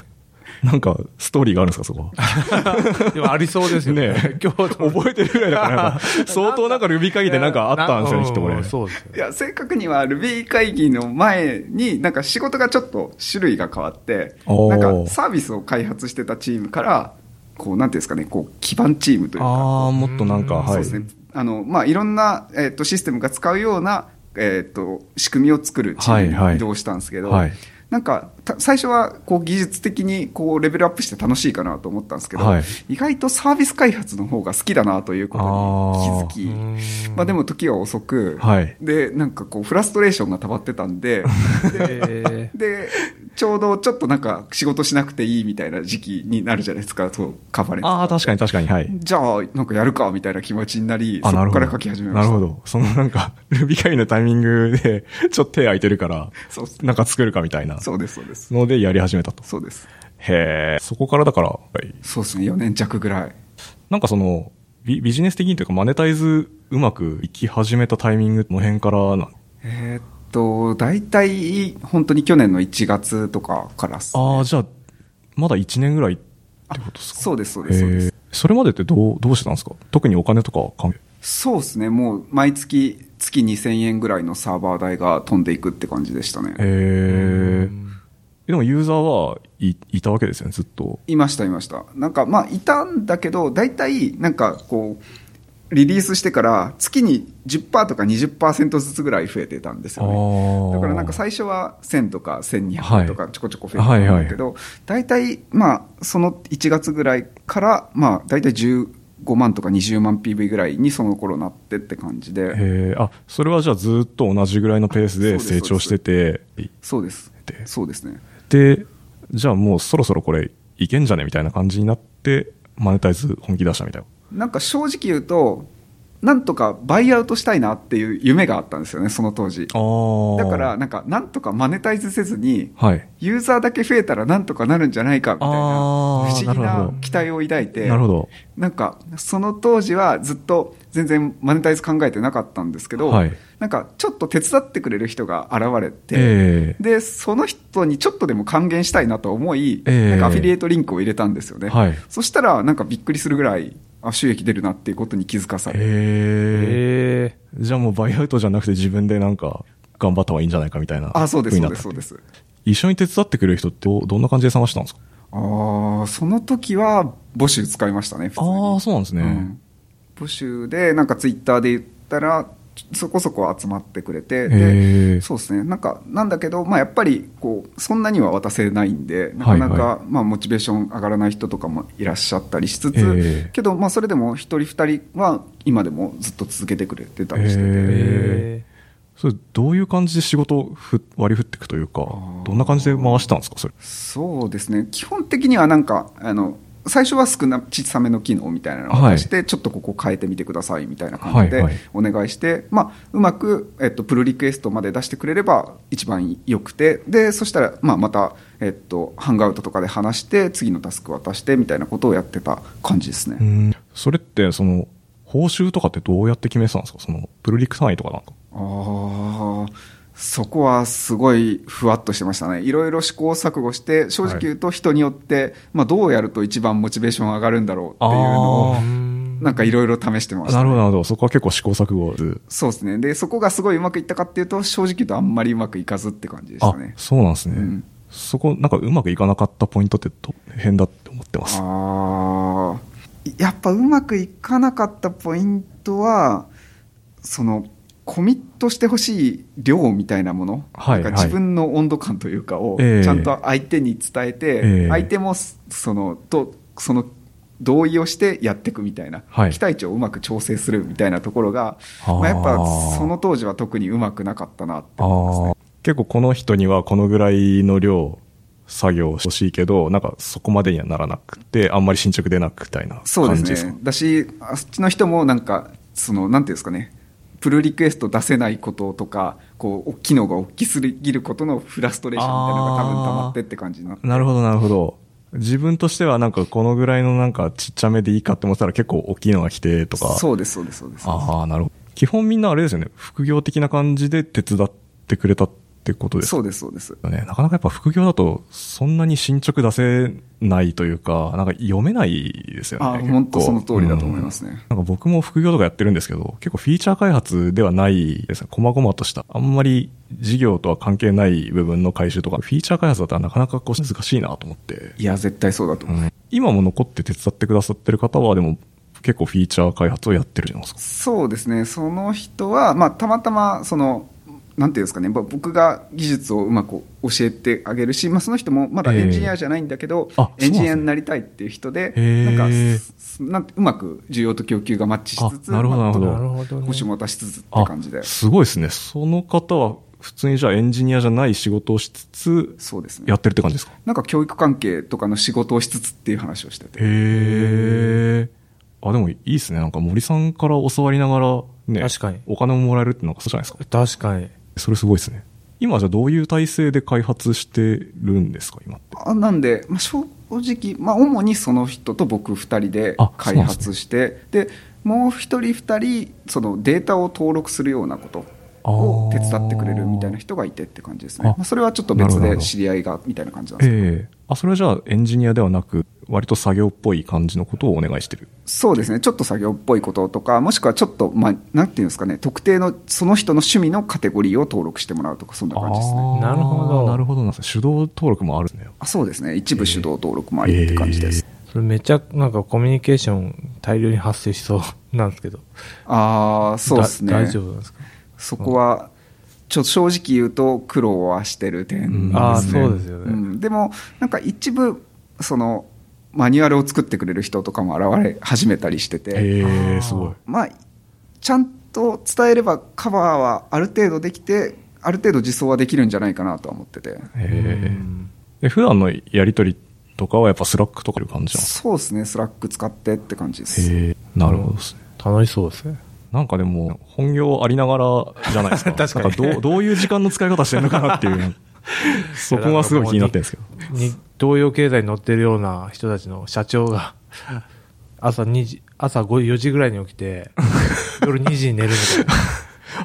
Speaker 2: なんかストーリーがあるんですか、そこは。
Speaker 1: でもありそうですよね。
Speaker 2: ね
Speaker 1: 今日
Speaker 2: 覚えてるぐらいだからなんか、 相当なんか Ruby 会議でなんかあったんですよね、きっとこ
Speaker 1: う
Speaker 2: れ。
Speaker 1: んそうです よ
Speaker 3: いや正確には Ruby 会議の前になんか仕事がちょっと種類が変わって
Speaker 2: お
Speaker 3: な
Speaker 2: ー
Speaker 3: んかサービスを開発してたチームからこうなんていうんですかねこう基盤チームというか
Speaker 2: ああ、もっとなんか、
Speaker 1: うん
Speaker 2: はい。
Speaker 3: そうですねあのまあいろんな、えーっとシステムが使うような、えーっと仕組みを作るチー
Speaker 2: はい
Speaker 3: ム
Speaker 2: は
Speaker 3: に
Speaker 2: い
Speaker 3: 移動したんですけど、
Speaker 2: はい
Speaker 3: なんかた最初はこう技術的にこうレベルアップして楽しいかなと思ったんですけど、
Speaker 2: はい
Speaker 3: 意外とサービス開発の方が好きだなということに気
Speaker 1: う
Speaker 3: づき
Speaker 1: ーん
Speaker 3: まあ、でも時は遅く、
Speaker 2: はい
Speaker 3: でなんかこうフラストレーションが溜まってたん で
Speaker 1: えー
Speaker 3: でちょうどちょっとなんか仕事しなくていいみたいな時期になるじゃないですかそうカバレン
Speaker 2: ああ、確かに確かに、はい。
Speaker 3: じゃあなんかやるかみたいな気持ちになり
Speaker 2: あ
Speaker 3: そ
Speaker 2: なる
Speaker 3: こ
Speaker 2: ほど
Speaker 3: から書き始めま
Speaker 2: な
Speaker 3: し
Speaker 2: る
Speaker 3: た
Speaker 2: ほど。そのなんか、Ruby 会議のタイミングで、 ちょっと手空いてるから、
Speaker 3: そうっす
Speaker 2: なんか作るかみたいな。
Speaker 3: そうですそうです
Speaker 2: のでやり始めたと。
Speaker 3: そうです
Speaker 2: へえ。そこからだから、はい
Speaker 3: そうですね4年弱ぐらい
Speaker 2: なんかその、ビビジネス的にというか、マネタイズうまくいき始めたタイミングの辺からなん
Speaker 3: えーっと大体本当に去年の1月とかからっす
Speaker 2: ああ、じゃあ、まだ1年ぐらいってことですか
Speaker 3: そうですそう
Speaker 2: へ
Speaker 3: ですそうです
Speaker 2: えそれまでってどう、どうしてたんですか特にお金とか関係
Speaker 3: そうですねもう毎月月2000円ぐらいのサーバー代が飛んでいくって感じでした
Speaker 2: へ
Speaker 3: ね
Speaker 2: え
Speaker 1: う。ん
Speaker 2: でもユーザーはい、いたわけですよね、ずっと。
Speaker 3: いましたいましたなんかまあいたんだけど大体なんかこうリリースしてから月に10%とか20%ずつぐらい増えてたんですよねだからなんか最初は1000とか1200とかちょこちょこ増えてたんだけど、大体まあその1月ぐらいからまあ大体15万とか20万 PV ぐらいにその頃なってって感じ
Speaker 2: へ
Speaker 3: で、
Speaker 2: え、あ、それはじゃあずっと同じぐらいのペースで成長してて、
Speaker 3: そうです
Speaker 2: で
Speaker 3: そうですね
Speaker 2: で、じゃあもうそろそろこれいけんじゃねみたいな感じになって、マネタイズ本気出したみたいな。
Speaker 3: なんか正直言うとなんとかバイアウトしたいなっていう夢があったんですよねその当時
Speaker 2: あ
Speaker 3: だから、なんか、なんとかマネタイズせずに、
Speaker 2: はい。
Speaker 3: ユーザーだけ増えたらなんとかなるんじゃないか、みたいな、
Speaker 2: あー
Speaker 3: 不思議
Speaker 2: なるほ
Speaker 3: な
Speaker 2: ど
Speaker 3: 期待を抱いて、
Speaker 2: なるほど。
Speaker 3: なんか、その当時はずっと全然マネタイズ考えてなかったんですけど、
Speaker 2: はい
Speaker 3: なんか、ちょっと手伝ってくれる人が現れて、
Speaker 2: え
Speaker 3: で、その人にちょっとでも還元したいなと思い、
Speaker 2: ええ
Speaker 3: なんかアフィリエイトリンクを入れたんですよね。
Speaker 2: はい
Speaker 3: そしたら、なんかびっくりするぐらい、あ、収益出るなっていうことに気づかさ
Speaker 2: え。
Speaker 3: れ
Speaker 2: へえ。
Speaker 1: え
Speaker 2: じゃあもうバイアウトじゃなくて自分でなんか頑張った方がいいんじゃないかみたいな。
Speaker 3: あ、そうで
Speaker 2: 風
Speaker 3: す、
Speaker 2: に
Speaker 3: そ
Speaker 2: な
Speaker 3: う
Speaker 2: っ
Speaker 3: で
Speaker 2: た
Speaker 3: す、そうです。
Speaker 2: 一緒に手伝ってくれる人ってどどんな感じで探したんですか
Speaker 3: ああ、その時は募集使いましたね、普通に。
Speaker 2: ああ、そうなんですね。
Speaker 3: うん募集で、なんかツイッターで言ったら、そこそこ集まってくれて、
Speaker 2: へ
Speaker 3: で
Speaker 2: ー
Speaker 3: そうですね、なんか、なんだけど、まあ、やっぱりこう、そんなには渡せないんで、なかなか、
Speaker 2: はいは
Speaker 3: まあ、モチベーション上がらない人とかもいらっしゃったりしつつ、
Speaker 2: へー
Speaker 3: けど、まあ、それでも、一人、二人は今でもずっと続けてくれてたりしてて、
Speaker 1: ー、
Speaker 2: へ
Speaker 1: え
Speaker 2: それどういう感じで仕事をふ割り振っていくというか
Speaker 3: ー、
Speaker 2: どんな感じで回したんですかそれ。
Speaker 3: そうですね基本的にはなんかあの最初は少な小さめの機能みたいなのを
Speaker 2: はい
Speaker 3: 出して、ちょっとここ変えてみてくださいみたいな感じで
Speaker 2: はいはい
Speaker 3: お願いして、まあ、うまく、えっと、プルリクエストまで出してくれれば一番よくてでそしたら、まあ、また、えっと、ハンガウトとかで話して次のタスク渡してみたいなことをやってた感じですね、
Speaker 2: うん。それって、その、報酬とかってどうやって決めてたんですかその、プルリク単位とかなんか。
Speaker 3: ああ、そこはすごいふわっとしてましたね。いろいろ試行錯誤して、正直言うと人によって、まあどうやると一番モチベーション上がるんだろうっていうのを
Speaker 2: あー
Speaker 1: ー。
Speaker 3: なんかいろいろ試してました、
Speaker 2: なるほど、なるほど。そこは結構試行錯誤です。
Speaker 3: そうですね。で、そこがすごいうまくいったかっていうと、正直言うとあんまりうまくいかずって感じでしたね
Speaker 2: あ、。そうなんですね。
Speaker 3: うん
Speaker 2: そこ、なんかうまくいかなかったポイントってど変だって思ってます。
Speaker 3: あーやっぱうまくいかなかったポイントはそのコミットしてほしい量みたいなもの、
Speaker 2: はい
Speaker 3: なんか自分の温度感というかを
Speaker 2: ええ
Speaker 3: ちゃんと相手に伝えて、
Speaker 2: ええ
Speaker 3: 相手もそそのとその同意をしてやっていくみたいな、
Speaker 2: はい
Speaker 3: 期待値をうまく調整するみたいなところが、
Speaker 2: あー
Speaker 3: まあ、やっぱその当時は特にうまくなかったなって思いますね。
Speaker 2: あー結構この人にはこのぐらいの量作業してほしいけど、なんかそこまでにはならなくて、あんまり進捗出なくみたいな
Speaker 3: そう
Speaker 2: 感じ
Speaker 3: で
Speaker 2: ですす
Speaker 3: ね
Speaker 2: か。。
Speaker 3: だし、あっちの人もなんか、その、なんていうんですかね、プルリクエスト出せないこととか、こう、機能が大きすぎることのフラストレーションみたいなのが多分溜まってって感じにな
Speaker 2: なるほど、なるほど。自分としてはなんかこのぐらいのなんかちっちゃめでいいかって思ってたら結構大きいのが来てとか。
Speaker 3: そうです、そうです、そうです。
Speaker 2: ああ、なるほど。基本みんなあれですよね。副業的な感じで手伝ってくれたってことですか
Speaker 3: そうです、そうです。
Speaker 2: ね、なかなかやっぱ副業だと、そんなに進捗出せないというか、なんか読めないですよね。
Speaker 3: あ
Speaker 2: 結構
Speaker 3: 本当その通りだと思いますね
Speaker 2: うんなんか僕も副業とかやってるんですけど、結構フィーチャー開発ではないですね。細々とした。あんまり事業とは関係ない部分の回収とか、フィーチャー開発だったらなかなかこう難しいなと思って。
Speaker 3: いや、絶対そうだと思う。
Speaker 2: うん今も残って手伝ってくださってる方は、でも結構フィーチャー開発をやってるじゃないですか。
Speaker 3: そうですね、その人は、まあ、たまたま、その、なんていうんですかね、ぼ僕が技術をうまく教えてあげるし、まあ、その人もまだ
Speaker 2: ええ
Speaker 3: エンジニアじゃないんだけど、
Speaker 2: あ
Speaker 3: エンジニ
Speaker 2: そうなんです
Speaker 3: ア
Speaker 2: ね
Speaker 3: になりたいっていう人で、
Speaker 2: へ
Speaker 3: な
Speaker 2: え
Speaker 3: んかすすなんて、うまく需要と供給がマッチしつつ、
Speaker 2: あなるほど
Speaker 3: ま
Speaker 2: なる
Speaker 3: あ
Speaker 2: ほど
Speaker 1: なるほどね
Speaker 3: 腰も出しつつって
Speaker 2: あ
Speaker 3: 感じで、
Speaker 2: すごいですね。その方は普通にじゃあエンジニアじゃない仕事をしつつ、
Speaker 3: そうです
Speaker 2: や
Speaker 3: ね
Speaker 2: っ。てるって感じですか
Speaker 3: なんか教育関係とかの仕事をしつつっていう話をしてて。
Speaker 2: へえ。あ、でもいいですね。なんか森さんから教わりながら、ね。
Speaker 1: 確かに
Speaker 2: お金ももらえるってなんかそうじゃないですか。
Speaker 1: 確かに。
Speaker 2: それすごいですね。今じゃあどういう体制で開発してるんですか、今って。
Speaker 3: あなんで、まあ、正直、まあ、主にその人と僕2人で
Speaker 2: あそう
Speaker 3: 開
Speaker 2: なんですね
Speaker 3: 発してで、もう1人2人そのデータを登録するようなことを
Speaker 2: あ
Speaker 3: 手
Speaker 2: ー
Speaker 3: 伝ってくれるみたいな人がいてって感じです
Speaker 2: あ
Speaker 3: ねまあ、それはちょっと
Speaker 2: なる
Speaker 3: 別
Speaker 2: ほどなるほ
Speaker 3: で
Speaker 2: ど
Speaker 3: 知り合いがみたいな感じなんですけど
Speaker 2: ええあ、それはじゃあエンジニアではなく、割と作業っぽい感じのことをお願いしてる。
Speaker 3: そうですねちょっと作業っぽいこととかもしくはちょっと、まあ、なんていうんですかね特定のその人の趣味のカテゴリーを登録してもらうとかそんな感じですね
Speaker 2: あー
Speaker 1: なるほど
Speaker 2: なるほどなんですね。手動登録もあるんですね。
Speaker 3: あそうですね一部手動登録もありって感じです、
Speaker 1: それめちゃ、なんかコミュニケーション大量に発生しそう なんですけど。
Speaker 3: ああそうですね
Speaker 1: だ大丈夫なんですか
Speaker 3: そこは、ちょっと正直言うと苦労はしてる点
Speaker 2: うん
Speaker 1: ああ、
Speaker 3: ですね。
Speaker 1: そうですよね。
Speaker 3: うんでも、なんか一部、その、マニュアルを作ってくれる人とかも現れ始めたりしてて、
Speaker 2: ええ
Speaker 1: あー
Speaker 2: すごい。
Speaker 3: まあ、ちゃんと伝えればカバーはある程度できて、ある程度自走はできるんじゃないかなとは思ってて。
Speaker 2: え
Speaker 1: う
Speaker 2: え
Speaker 1: ん
Speaker 2: で普段のやりとりとかはやっぱスラックとかいう感じなんです
Speaker 3: そうですね、スラック使ってって感じで
Speaker 2: か
Speaker 3: す。
Speaker 2: へえなるほどですね。
Speaker 1: 楽しそうですね。
Speaker 2: なんかでも、本業ありながらじゃないです か。
Speaker 1: 確かに
Speaker 2: なんどう、どういう時間の使い方してるのかなって いう。そこはすごい気になってるんですけど。
Speaker 1: に東洋経済に乗ってるような人たちの社長が 朝2時朝5 4時ぐらいに起きて夜2時に寝るみたいな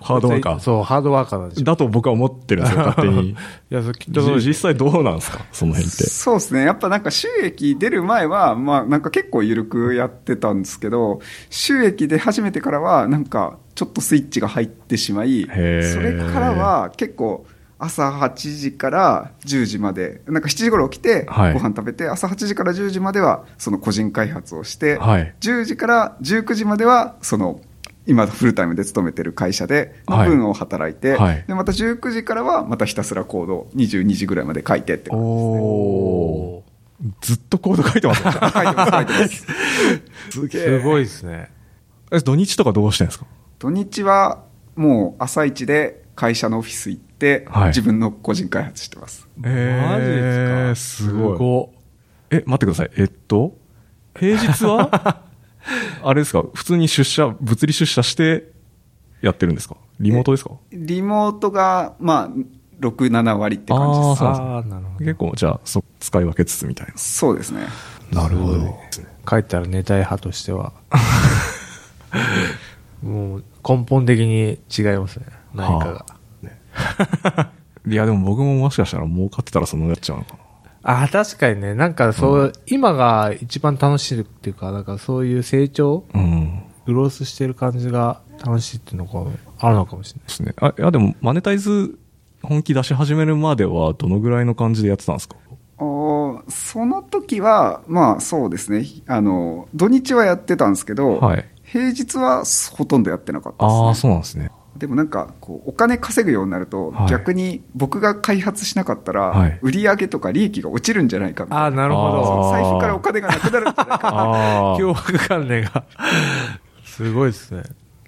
Speaker 2: ハードワーカー。
Speaker 1: そうハードワーカーなんでしょ
Speaker 2: だと僕は思ってるんです よ、勝手に。
Speaker 1: いやそれきっとそう
Speaker 2: じ実際どうなんですか その辺って。
Speaker 3: そうですね。やっぱなんか収益出る前は、まあなんか結構緩くやってたんですけど、収益出始めてからはなんかちょっとスイッチが入ってしまい、そ
Speaker 2: ー
Speaker 3: れからは結構朝8時から10時まで、なんか7時頃起きてご
Speaker 2: はい
Speaker 3: 飯食べて、朝8時から10時まではその個人開発をして、
Speaker 2: はい
Speaker 3: 10時から19時まではその今フルタイムで勤めてる会社での
Speaker 2: はい
Speaker 3: 分を働いて、
Speaker 2: はい
Speaker 3: でまた19時からはまたひたすらコードを22時ぐらいまで書いてって感じですね。
Speaker 2: おーずっとコード書いてますね。
Speaker 3: 書いてます、書いてます。
Speaker 2: す
Speaker 1: すごいですね
Speaker 2: え土日とかどうしてるんですか
Speaker 3: 土日はもう朝一で会社のオフィス行って、
Speaker 2: はい
Speaker 3: 自分の個人開発してます。
Speaker 1: マジ
Speaker 2: え
Speaker 1: で
Speaker 2: ー
Speaker 1: す
Speaker 2: す
Speaker 1: か
Speaker 2: ごい。
Speaker 1: ご
Speaker 2: え、待ってください。えっと、平日 は、あれですか、普通に出社、物理出社してやってるんですかリモートですか
Speaker 3: リモートが、まあ、6、7割って感じ
Speaker 2: あー
Speaker 3: です。
Speaker 2: そう
Speaker 1: ああなるほど
Speaker 2: 結構、じゃあ、そ使い分けつつみたい
Speaker 3: そうですね。
Speaker 2: な。なるほど。
Speaker 1: 帰ったら寝たい派として はもう根本的に違いますね何かが、
Speaker 2: はあねいや、でも僕ももしかしたら儲かってたらそのやっちゃうのかな。
Speaker 1: あ、確かにね、なんかそう、今が一番楽しいっていうか、なんかそういう成長、
Speaker 2: うん。
Speaker 1: グロースしてる感じが楽しいっていうのがあるのかもしれない。
Speaker 2: ですね。あ、いやでも、マネタイズ本気出し始めるまでは、どのぐらいの感じでやってたんですか
Speaker 3: おーその時は、まあそうですね、あの、土日はやってたんですけど、
Speaker 2: はい。
Speaker 3: 平日はほとんどやってなかったです、ね。
Speaker 2: ああ、そうなんですね。
Speaker 3: でもなんかこうお金稼ぐようになると、
Speaker 2: はい
Speaker 3: 逆に僕が開発しなかったら、
Speaker 2: はい
Speaker 3: 売り上げとか利益が落ちるんじゃないかみたい
Speaker 1: あ
Speaker 3: な
Speaker 1: あ、なるほ
Speaker 2: あー
Speaker 1: ど。
Speaker 3: 財布からお金がなくなるんじゃないか
Speaker 2: あ あ。
Speaker 1: 脅迫観念が。すごいですね。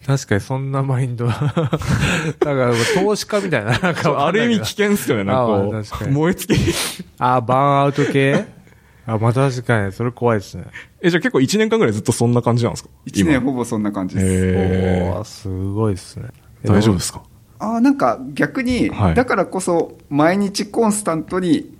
Speaker 1: 確かにそんなマインド。 だから投資家みたいな。なんか
Speaker 2: あ
Speaker 1: わかんない
Speaker 2: る
Speaker 1: けど
Speaker 2: 意味危険っすよね、なん
Speaker 1: あ
Speaker 2: か
Speaker 1: ー確
Speaker 2: こ
Speaker 1: か
Speaker 2: う、
Speaker 1: に
Speaker 2: 燃え尽き。
Speaker 1: あ、バーンアウト 系あ、まあ確かに、それ怖いですね。
Speaker 2: え、じゃあ結構1年間ぐらいずっとそんな感じなんですか
Speaker 3: 1年
Speaker 2: 今
Speaker 3: ほぼそんな感じです、
Speaker 2: へ
Speaker 1: おーすごいですね。
Speaker 2: ー大丈夫ですか
Speaker 3: ああなんか逆に、
Speaker 2: はい
Speaker 3: だからこそ毎日コンスタントに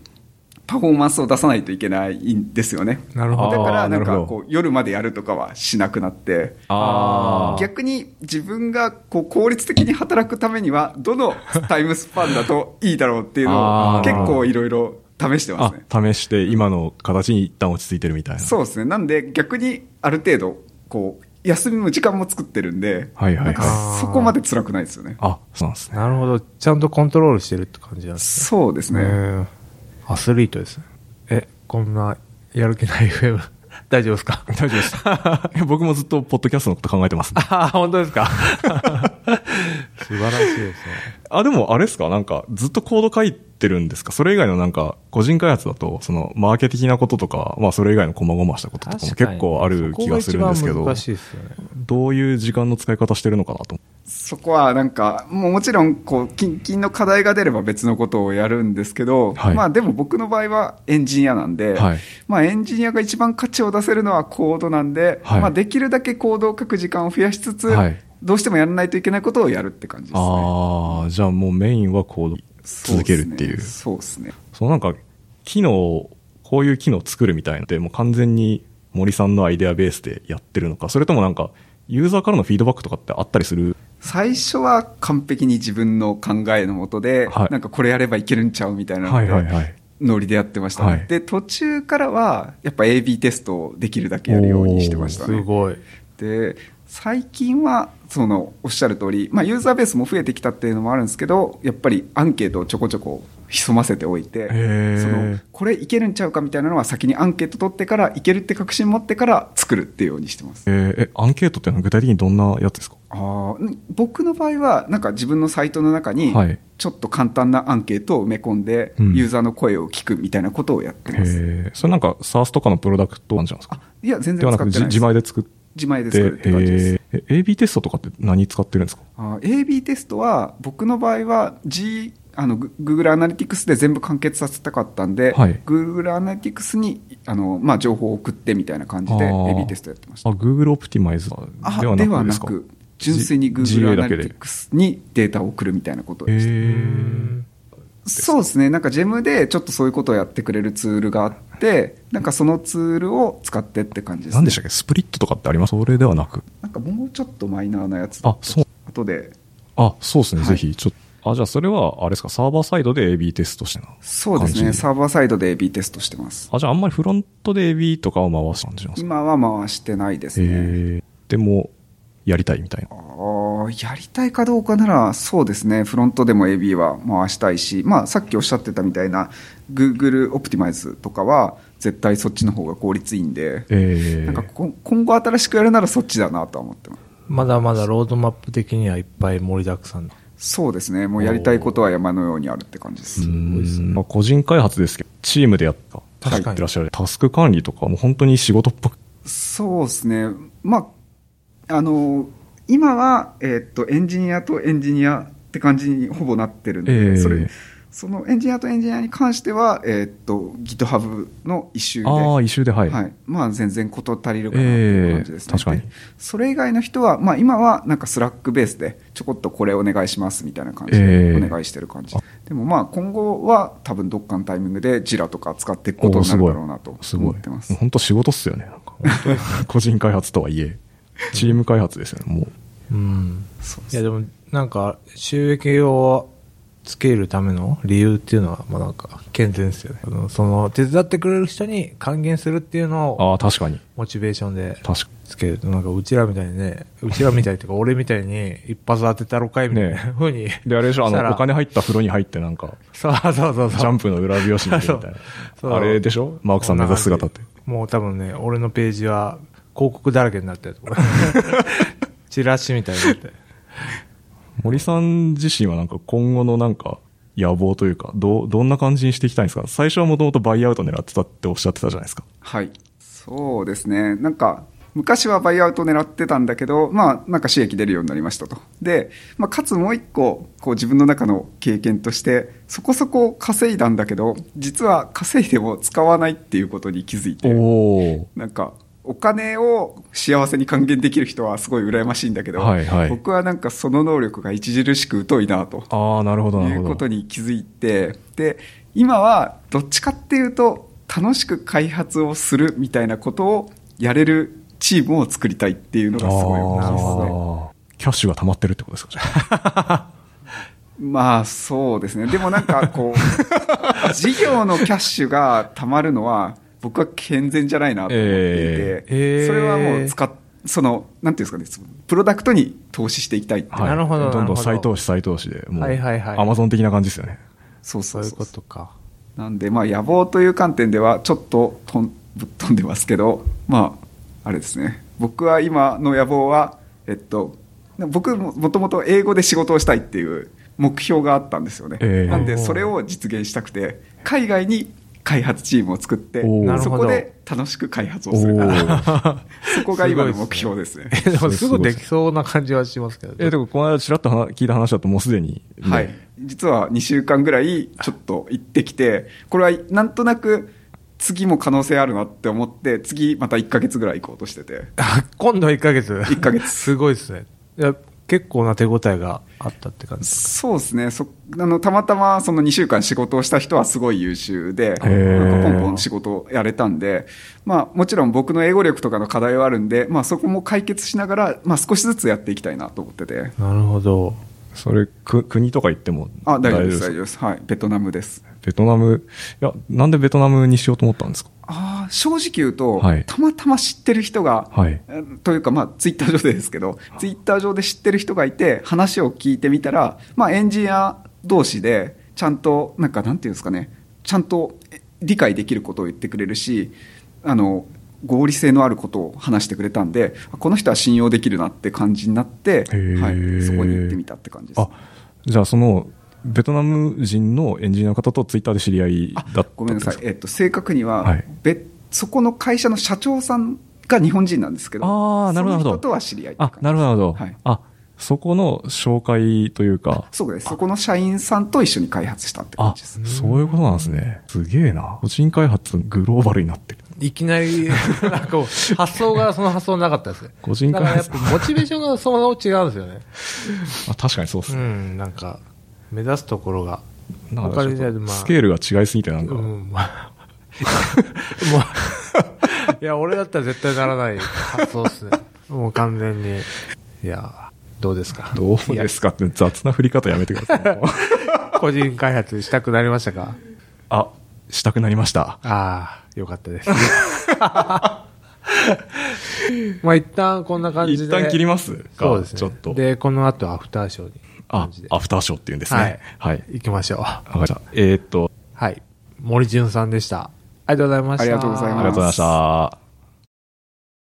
Speaker 3: パフォーマンスを出さないといけないんですよね
Speaker 1: なる
Speaker 2: あ
Speaker 1: ほ
Speaker 2: ー
Speaker 3: だ
Speaker 1: ど。
Speaker 3: からなん
Speaker 2: なる
Speaker 3: か
Speaker 2: ほ
Speaker 3: こう夜までやるとかはしなくなって
Speaker 1: あー
Speaker 3: 逆に自分がこう効率的に働くためにはどのタイムスパンだといいだろうっていうの
Speaker 2: あー
Speaker 3: を結構いろいろ試してますね
Speaker 2: あ、試して今の形に一旦落ち着いてるみたいな。
Speaker 3: そうですねなんで逆にある程度こう休みも時間も作ってるんで、
Speaker 2: はいはいはい
Speaker 3: なんかそこまで辛くないですよね
Speaker 2: あ、そうなんですね。
Speaker 1: なるほど。ちゃんとコントロールしてるって感じなんです
Speaker 3: そうです
Speaker 1: ね。
Speaker 3: ね、
Speaker 1: うんアスリートですね。え、こんな、やる気ない FM、大 丈夫で すか
Speaker 2: 大丈夫です。 いや僕もずっとポッドキャストのこと考えてます、ね。
Speaker 1: ああ、本当 ですか素晴らしいですね。
Speaker 2: あ、でもあれですかなんかずっとコード書いてるんですかそれ以外のなんか個人開発だと、そのマーケ的なこととか、まあそれ以外の細々したこととかも結構ある 気がするんですけ
Speaker 1: そこが
Speaker 2: ど、
Speaker 1: 一番難しいですよね。
Speaker 2: どういう時間の使い方してるのかなと。
Speaker 3: そこはなんかもうもちろんこう近々の課題が出れば別のことをやるんですけど、
Speaker 2: はい
Speaker 3: まあでも僕の場合はエンジニアなんで、
Speaker 2: はい
Speaker 3: まあエンジニアが一番価値を出せるのはコードなんで、
Speaker 2: はい
Speaker 3: まあできるだけコードを書く時間を増やしつつ、
Speaker 2: はい
Speaker 3: どうしてもやらないといけないことをやるって感じですね。
Speaker 2: ああ、じゃあもうメインはコード続けるっていう。
Speaker 3: そうですね。そうですね
Speaker 2: そのなんか、機能、こういう機能を作るみたいなのって、もう完全に森さんのアイデアベースでやってるのか、それともなんか、ユーザーからのフィードバックとかってあったりする
Speaker 3: 最初は完璧に自分の考えのもとで、
Speaker 2: はい
Speaker 3: なんかこれやればいけるんちゃうみたいなので、
Speaker 2: はい。
Speaker 3: ノリでやってました、ね
Speaker 2: はい
Speaker 3: で、途中からは、やっぱ AB テストをできるだけやるようにしてました
Speaker 1: す
Speaker 3: ね。
Speaker 1: ごい。
Speaker 3: で、最近は、その、おっしゃる通り、まあ、ユーザーベースも増えてきたっていうのもあるんですけど、やっぱりアンケートをちょこちょこ潜ませておいて、
Speaker 2: ー
Speaker 3: その、これいけるんちゃうかみたいなのは先にアンケート取ってから、いけるって確信持ってから作るっていうようにしてます。
Speaker 2: えーえ、アンケートっていうのは具体的にどんなやつですか
Speaker 3: あーん僕の場合は、なんか自分のサイトの中に
Speaker 2: はい、
Speaker 3: ちょっと簡単なアンケートを埋め込んで、
Speaker 2: うん
Speaker 3: ユーザーの声を聞くみたいなことをやって
Speaker 2: え
Speaker 3: ます。
Speaker 2: ー、それなんか、サースとかのプロダクトなんじゃないですか
Speaker 3: あいや、全
Speaker 2: で
Speaker 3: 然
Speaker 2: は
Speaker 3: 使
Speaker 2: な
Speaker 3: って
Speaker 2: く
Speaker 3: ない
Speaker 2: 自
Speaker 3: です。
Speaker 2: 自前で作って、
Speaker 3: 自前で作るって感じです。
Speaker 2: えーえ AB テストとかって何使ってるんですか
Speaker 3: あ AB テストは、僕の場合は G、あの、グ Google Analytics で全部完結させたかったんで、
Speaker 2: はい
Speaker 3: Google Analytics に、あの、まあ、情報を送ってみたいな感じで
Speaker 2: あー
Speaker 3: AB テストやってました。
Speaker 2: あ、Google オプティマイズでは
Speaker 3: あ、
Speaker 2: な
Speaker 3: で
Speaker 2: く
Speaker 3: は
Speaker 2: で
Speaker 3: な
Speaker 2: すか
Speaker 3: く、純粋に
Speaker 2: G-
Speaker 3: Google
Speaker 2: GA だけで。
Speaker 3: Analytics にデータを送るみたいなこと
Speaker 2: え
Speaker 3: です。
Speaker 2: ー、
Speaker 3: そうですね。なんかジェムでちょっとそういうことをやってくれるツールがあって、なんかそのツールを使ってって感じです、ね。
Speaker 2: 何でしたっけスプリットとかってありますそれではなく。
Speaker 3: なんかもうちょっとマイナーなやつ。
Speaker 2: あ、そう。
Speaker 3: 後で。
Speaker 2: あ、そうですね、
Speaker 3: はい
Speaker 2: ぜひ、ちょっと。あ、じゃあそれは、あれですか、サーバーサイドで AB テストしてな。
Speaker 3: そうです
Speaker 2: 感
Speaker 3: ね。
Speaker 2: じ
Speaker 3: サーバーサイドで AB テストしてます。
Speaker 2: あ、じゃああんまりフロントで AB とかを回す感じなんですか
Speaker 3: 今は回してないですね。
Speaker 2: えーでも、やりたいみたいな。
Speaker 3: ああ、やりたいかどうかなら、そうですね。フロントでも AB は回したいし、まあさっきおっしゃってたみたいな Google オプティマイズとかは絶対そっちの方が効率いいんで、
Speaker 2: え
Speaker 3: なんか
Speaker 2: ー、
Speaker 3: こ今後新しくやるならそっちだなとは思ってます。
Speaker 1: まだまだロードマップ的にはいっぱい盛りだくさんの。
Speaker 3: そうですね、もうやりたいことは山のようにあるって感じです。
Speaker 1: ごいっすね
Speaker 2: うんまあ個人開発ですけど、チームでやった、
Speaker 1: 確
Speaker 2: や
Speaker 1: か
Speaker 2: っ
Speaker 1: に
Speaker 2: てらっしゃる。タスク管理とか、もう本当に仕事っぽく。
Speaker 3: そうですね、まあ、あの今は、えーっとエンジニアとエンジニアって感じにほぼなってるんで、
Speaker 2: ええ
Speaker 3: それそのエンジニアとエンジニアに関しては、えーっと GitHub の一周で。
Speaker 2: ああ、一周で、はい。
Speaker 3: はいまあ、全然事足りるかなっていう感じですね、
Speaker 2: ええ確かに
Speaker 3: でそれ以外の人は、まあ、今はなんかスラックベースでちょこっとこれお願いしますみたいな感
Speaker 2: え
Speaker 3: じで
Speaker 2: え
Speaker 3: お願いしてる感じ、でもまあ今後は多分どっかのタイミングでジラとか使っていくこと
Speaker 2: おー
Speaker 3: にな
Speaker 2: す
Speaker 3: る
Speaker 2: ご
Speaker 3: だ
Speaker 2: い
Speaker 3: ろうなと
Speaker 2: すご
Speaker 3: 思
Speaker 2: い
Speaker 3: ってま。す
Speaker 2: もう本当仕事っすよね。なんか本 当に個人開発とはいえ、チーム開発ですよね、もう。
Speaker 1: うん。
Speaker 3: そう
Speaker 1: いやでも、なんか、収益をつけるための理由っていうのは、まあ、なんか健全ですよねあのその手伝ってくれる人に還元するっていうのを
Speaker 2: ああ、確かに。
Speaker 1: モチベーションで
Speaker 2: 確か
Speaker 1: つけるとなんかうちらみたいにねうちらみたいというか俺みたいに一発当てたろかいみたいな
Speaker 2: ね
Speaker 1: ふうに、
Speaker 2: に。で、あれでしょ、あ
Speaker 1: したら
Speaker 2: の、お金入った風呂に入ってなんか、
Speaker 1: そうそうそうそ う
Speaker 2: ジャンプの裏表紙に出てみたい
Speaker 1: そう
Speaker 2: な。あれでしょマークさん目指す姿って。
Speaker 1: もう多分ね俺のページは広告だらけになって ると思うチラシみたいになって
Speaker 2: 森さん自身はなんか今後のなんか野望というか、どう、どんな感じにしていきたいんですか最初はもともとバイアウト狙ってたっておっしゃってたじゃないですか。
Speaker 3: はい。そうですね。なんか、昔はバイアウト狙ってたんだけど、まあ、なんか収益出るようになりましたと。で、まあ、かつもう一個、こう自分の中の経験として、そこそこ稼いだんだけど、実は稼いでも使わないっていうことに気づいて、
Speaker 2: お
Speaker 3: なんか、お金を幸せに還元できる人はすごい羨ましいんだけど、
Speaker 2: はいはい
Speaker 3: 僕はなんかその能力が著しく疎いなと
Speaker 2: ああ、なるほど、な
Speaker 3: いう
Speaker 2: るほ
Speaker 3: こと
Speaker 2: ど。
Speaker 3: に気づいてで今はどっちかっていうと楽しく開発をするみたいなことをやれるチームを作りたいっていうのがすごい大きいです
Speaker 2: あ
Speaker 3: ね。
Speaker 2: ーキャッシュが溜まってるってことですかじゃあ
Speaker 3: まあそうですねでもなんかこ う事業のキャッシュがたまるのは僕は健全じゃないなと思っていて、
Speaker 2: え
Speaker 1: えええ
Speaker 3: それはもう使っそのなんていうんですかねプロダクトに投資していきたいって いう
Speaker 2: はい
Speaker 1: なるほど
Speaker 2: どんどん
Speaker 1: なる
Speaker 2: 再
Speaker 1: ほど
Speaker 2: 投資再投資で、もう、
Speaker 1: はいはいはい
Speaker 2: アマゾン的な感じですよね。
Speaker 3: そう
Speaker 1: そ
Speaker 3: そうう
Speaker 1: い
Speaker 3: そう
Speaker 1: う
Speaker 3: そ
Speaker 1: こと
Speaker 3: う
Speaker 1: か
Speaker 3: なんで、まあ、野望という観点では、ちょっととんぶっ飛んでますけど、まあ、あれですね、僕は今の野望は、えっと、僕ももともと英語で仕事をしたいっていう目標があったんですよね。
Speaker 2: ええ
Speaker 3: なんで、それを実現したくて、海外に開発チームを作って
Speaker 2: おーな、る
Speaker 3: そ
Speaker 1: ほど
Speaker 3: こで楽しく開発をする。 そこが今の目標です ね。
Speaker 1: えでもすぐできそうな感じはしますけど
Speaker 2: えー、でもこの間ちらっと話聞いた話だともうすでに、ね
Speaker 3: はい。実は2週間ぐらいちょっと行ってきて、これはなんとなく次も可能性あるなって思って、次また1ヶ月ぐらい行こうとしてて。
Speaker 1: あ今度は1ヶ月
Speaker 3: 1ヶ月
Speaker 1: すごいですねいや結構な手応えがあったって感じ
Speaker 3: そうですね。そあのたまたまその2週間仕事をした人はすごい優秀で、
Speaker 2: ー
Speaker 3: なんかポンポン仕事をやれたんで、まあもちろん僕の英語力とかの課題はあるんで、まあそこも解決しながら、まあ少しずつやっていきたいなと思ってて。
Speaker 1: なるほど
Speaker 2: それく、国とか行っても
Speaker 3: あ、大丈夫です、
Speaker 2: か
Speaker 3: 大丈夫です。はい。ベトナムです。
Speaker 2: ベトナム、いや、なんでベトナムにしようと思ったんですか
Speaker 3: ああ、正直言うと、
Speaker 2: はい
Speaker 3: たまたま知ってる人が、
Speaker 2: はい
Speaker 3: というか、まあ、ツイッター上でですけど、ツイッター上で知ってる人がいて、話を聞いてみたら、まあ、エンジニア同士で、ちゃんと、なんか、なんていうんですかね、ちゃんとえ理解できることを言ってくれるし、あの、合理性のあることを話してくれたんで、あこの人は信用できるなって感じになって、
Speaker 2: ー
Speaker 3: はい、そこに行ってみたって感じです。
Speaker 2: あ、じゃあその、ベトナム人のエンジニアの方とツイッターで知り合いだ
Speaker 3: あ
Speaker 2: った
Speaker 3: ごめんなさい
Speaker 2: ってことですか、
Speaker 3: えっと、正確には、
Speaker 2: はい
Speaker 3: 別そこの会社の社長さんが日本人なんですけど、
Speaker 2: あーなるほど
Speaker 3: その人とは知り合いって感
Speaker 2: あ
Speaker 3: じ、
Speaker 2: なるほど、なるほど。
Speaker 3: はい
Speaker 2: あ、そこの紹介というか、
Speaker 3: そうです、そこの社員さんと一緒に開発したって感
Speaker 2: あ、
Speaker 3: じです。
Speaker 2: そういうことなんですね。すげえな。個人開発グローバルになってる。
Speaker 1: いきなりなんかこう発想がその発想なかったですね
Speaker 2: 個人
Speaker 1: だ
Speaker 2: 開
Speaker 1: からやっ
Speaker 2: 発
Speaker 1: ぱ。モチベーションがその違うんですよね
Speaker 2: あ確かにそうです
Speaker 1: う
Speaker 2: ね。
Speaker 1: んなんか目指すところが
Speaker 2: なん
Speaker 1: 他
Speaker 2: か
Speaker 1: に
Speaker 2: ちょっと
Speaker 1: まあ
Speaker 2: スケールが違いすぎてなんか、
Speaker 1: うん、まあ、もう、いや、俺だったら絶対ならない発想ですね。もう完全に。いや、どうですか
Speaker 2: どうですかって雑な振り方やめてください。もう
Speaker 1: 個人開発したくなりましたか
Speaker 2: あ、したくなりました。
Speaker 1: ああ、よかったです。 まあ一旦こんな感じで。
Speaker 2: 一旦切りますか
Speaker 1: そうですね。
Speaker 2: ちょっと。
Speaker 1: で、この後アフターショーに。
Speaker 2: あ
Speaker 1: 感じ、で
Speaker 2: アフターショーっていうんですね。はい。わ、
Speaker 1: 行きましょう。
Speaker 2: かりました。えーっと、
Speaker 1: はい。森潤さんでした。ありがとうございました。
Speaker 3: ありがとうござい
Speaker 2: ありが
Speaker 3: ま
Speaker 2: とうございました。